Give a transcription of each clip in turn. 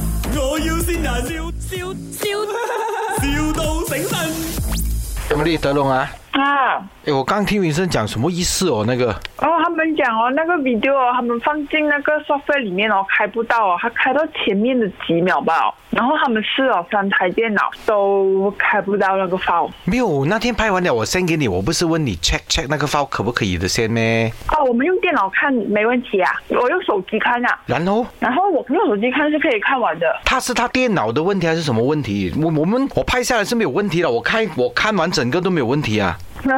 要先人，笑笑笑，,笑到醒神。 m i 德龙啊，啊，哎，我刚听云生讲什么意思哦？那个哦，他们讲哦，那个 video 哦，他们放进那个 software 里面哦，开不到哦，他开到前面的几秒吧、哦，然后他们试了三台电脑都开不到那个 file。没有，那天拍完了我 send 给你，我不是问你 check check 那个 file 可不可以的 send 咩？哦，我们用电脑看没问题啊，我用手机看啊，然后然后我用手机看是可以看完的。他是他电脑的问题还是什么问题？我我们我拍下来是没有问题的，我看我看完整个都没有问题啊。那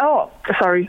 哦，sorry，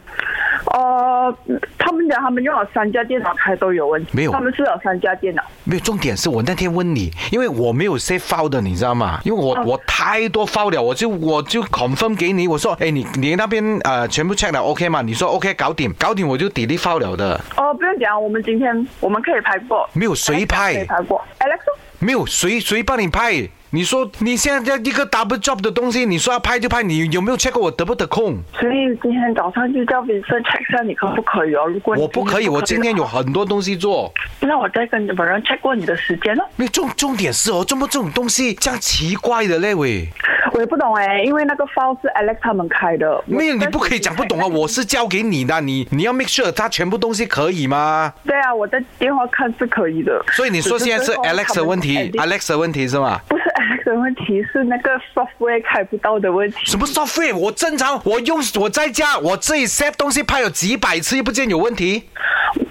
呃，他们讲他们用了三家电脑开都有问题，没有他们试了三家电脑。没有，重点是我那天问你，因为我没有 save file 的，你知道吗？因为我、我太多 file 了，我就我就 confirm 给你，我说，哎，你你那边呃全部 check 了 OK 吗？你说 OK，搞定，搞定我就 delete file 了的，哦，不用讲，我们今天我们可以拍过，没有谁 Alex 可以拍，拍过，Alex 没有谁谁帮你拍。你说你现在一个 double job 的东西，你说要拍就拍，你有没有 check 过我得不得空？所以今天早上就叫 Vincent check 一下你可不可以哦。如果你我不可以，啊我今天有的话，很多东西做。那我再跟本人 check 过你的时间咯。没有重重点是哦，怎么这种东西这样奇怪的嘞喂？我也不懂哎，因为那个 file 是 Alex 他们开的。没有，我你不可以讲不懂啊！我是交给你的，你你要 make sure 他全部东西可以吗？对啊，我在电话看是可以的。所以你说现在是只最后 Alex 的问他题们，edit- ，Alex 的问题是吗？不是 Alex 的问题，是那个 software 开不到的问题。什么 software？我正常，我用我在家我自己 set 东西拍了几百次，又不见有问题。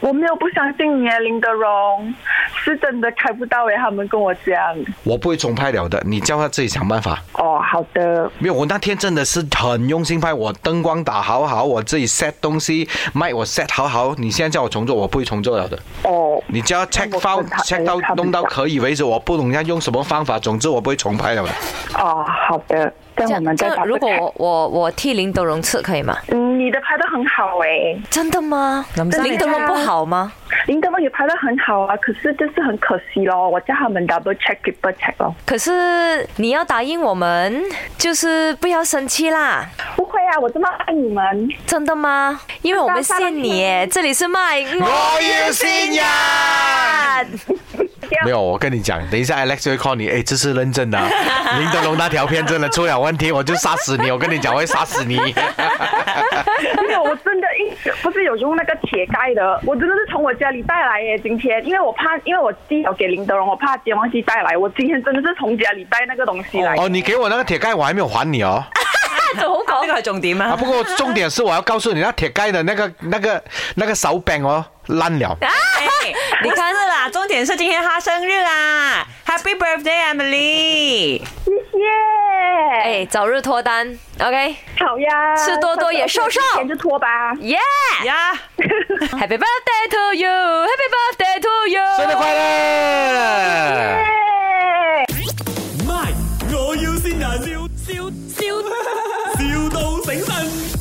我没有不相信你啊，林德荣，是真的开不到诶，他们跟我讲。我不会重拍了的，你叫他自己想办法。哦，好的，没有，我那天真的是很用心拍，我灯光打好好，我自己 set 东西，麦我 set 好好。你现在叫我重做，我不会重做了的。哦，你只要 check 那我 file 跟他 check 到他们弄到讲可以为止，我不懂要用什么方法，总之我不会重拍了的。哦，好的，这样我们这再样打如个果看。我我我替林德荣吃可以吗？嗯，你的拍的很好诶。真的吗？生林德荣不好吗？林德文也拍得很好啊，可是就是很可惜咯，我叫他们 double check triple check 咯。可是你要答应我们，就是不要生气啦，不会啊，我这么爱你们。真的吗？因为我们信你耶，这里是啊麦，我要新人。没有，我跟你讲，等一下 Alex 就会 call 你，哎，这是认真的 啊、林德龙那条片真的出了问题，我就杀死你！我跟你讲，我会杀 死你！没有，我真的一直不是有用那个铁盖的，我真的是从我家里带来耶。今天因为我怕，因为我寄了给林德荣，我怕今天忘记带来，我今天真的是从家里带那个东西来。哦，你给我那个铁盖，我还没有还你 哦。仲好呢讲。個係重點啊，啊！不过重点是我要告诉你，那铁盖的那个、那个、那个手柄哦，烂了。哎不是啦，重點是今天他生日啊！Happy birthday, Emily！谢谢。哎，早日脱单，OK，好呀，吃多多也瘦瘦钱就拖吧。耶、yeah!！Happy 呀， birthday to you，Happy birthday to you。生日快乐！耶咪，我要先人，笑笑笑，,笑到醒神。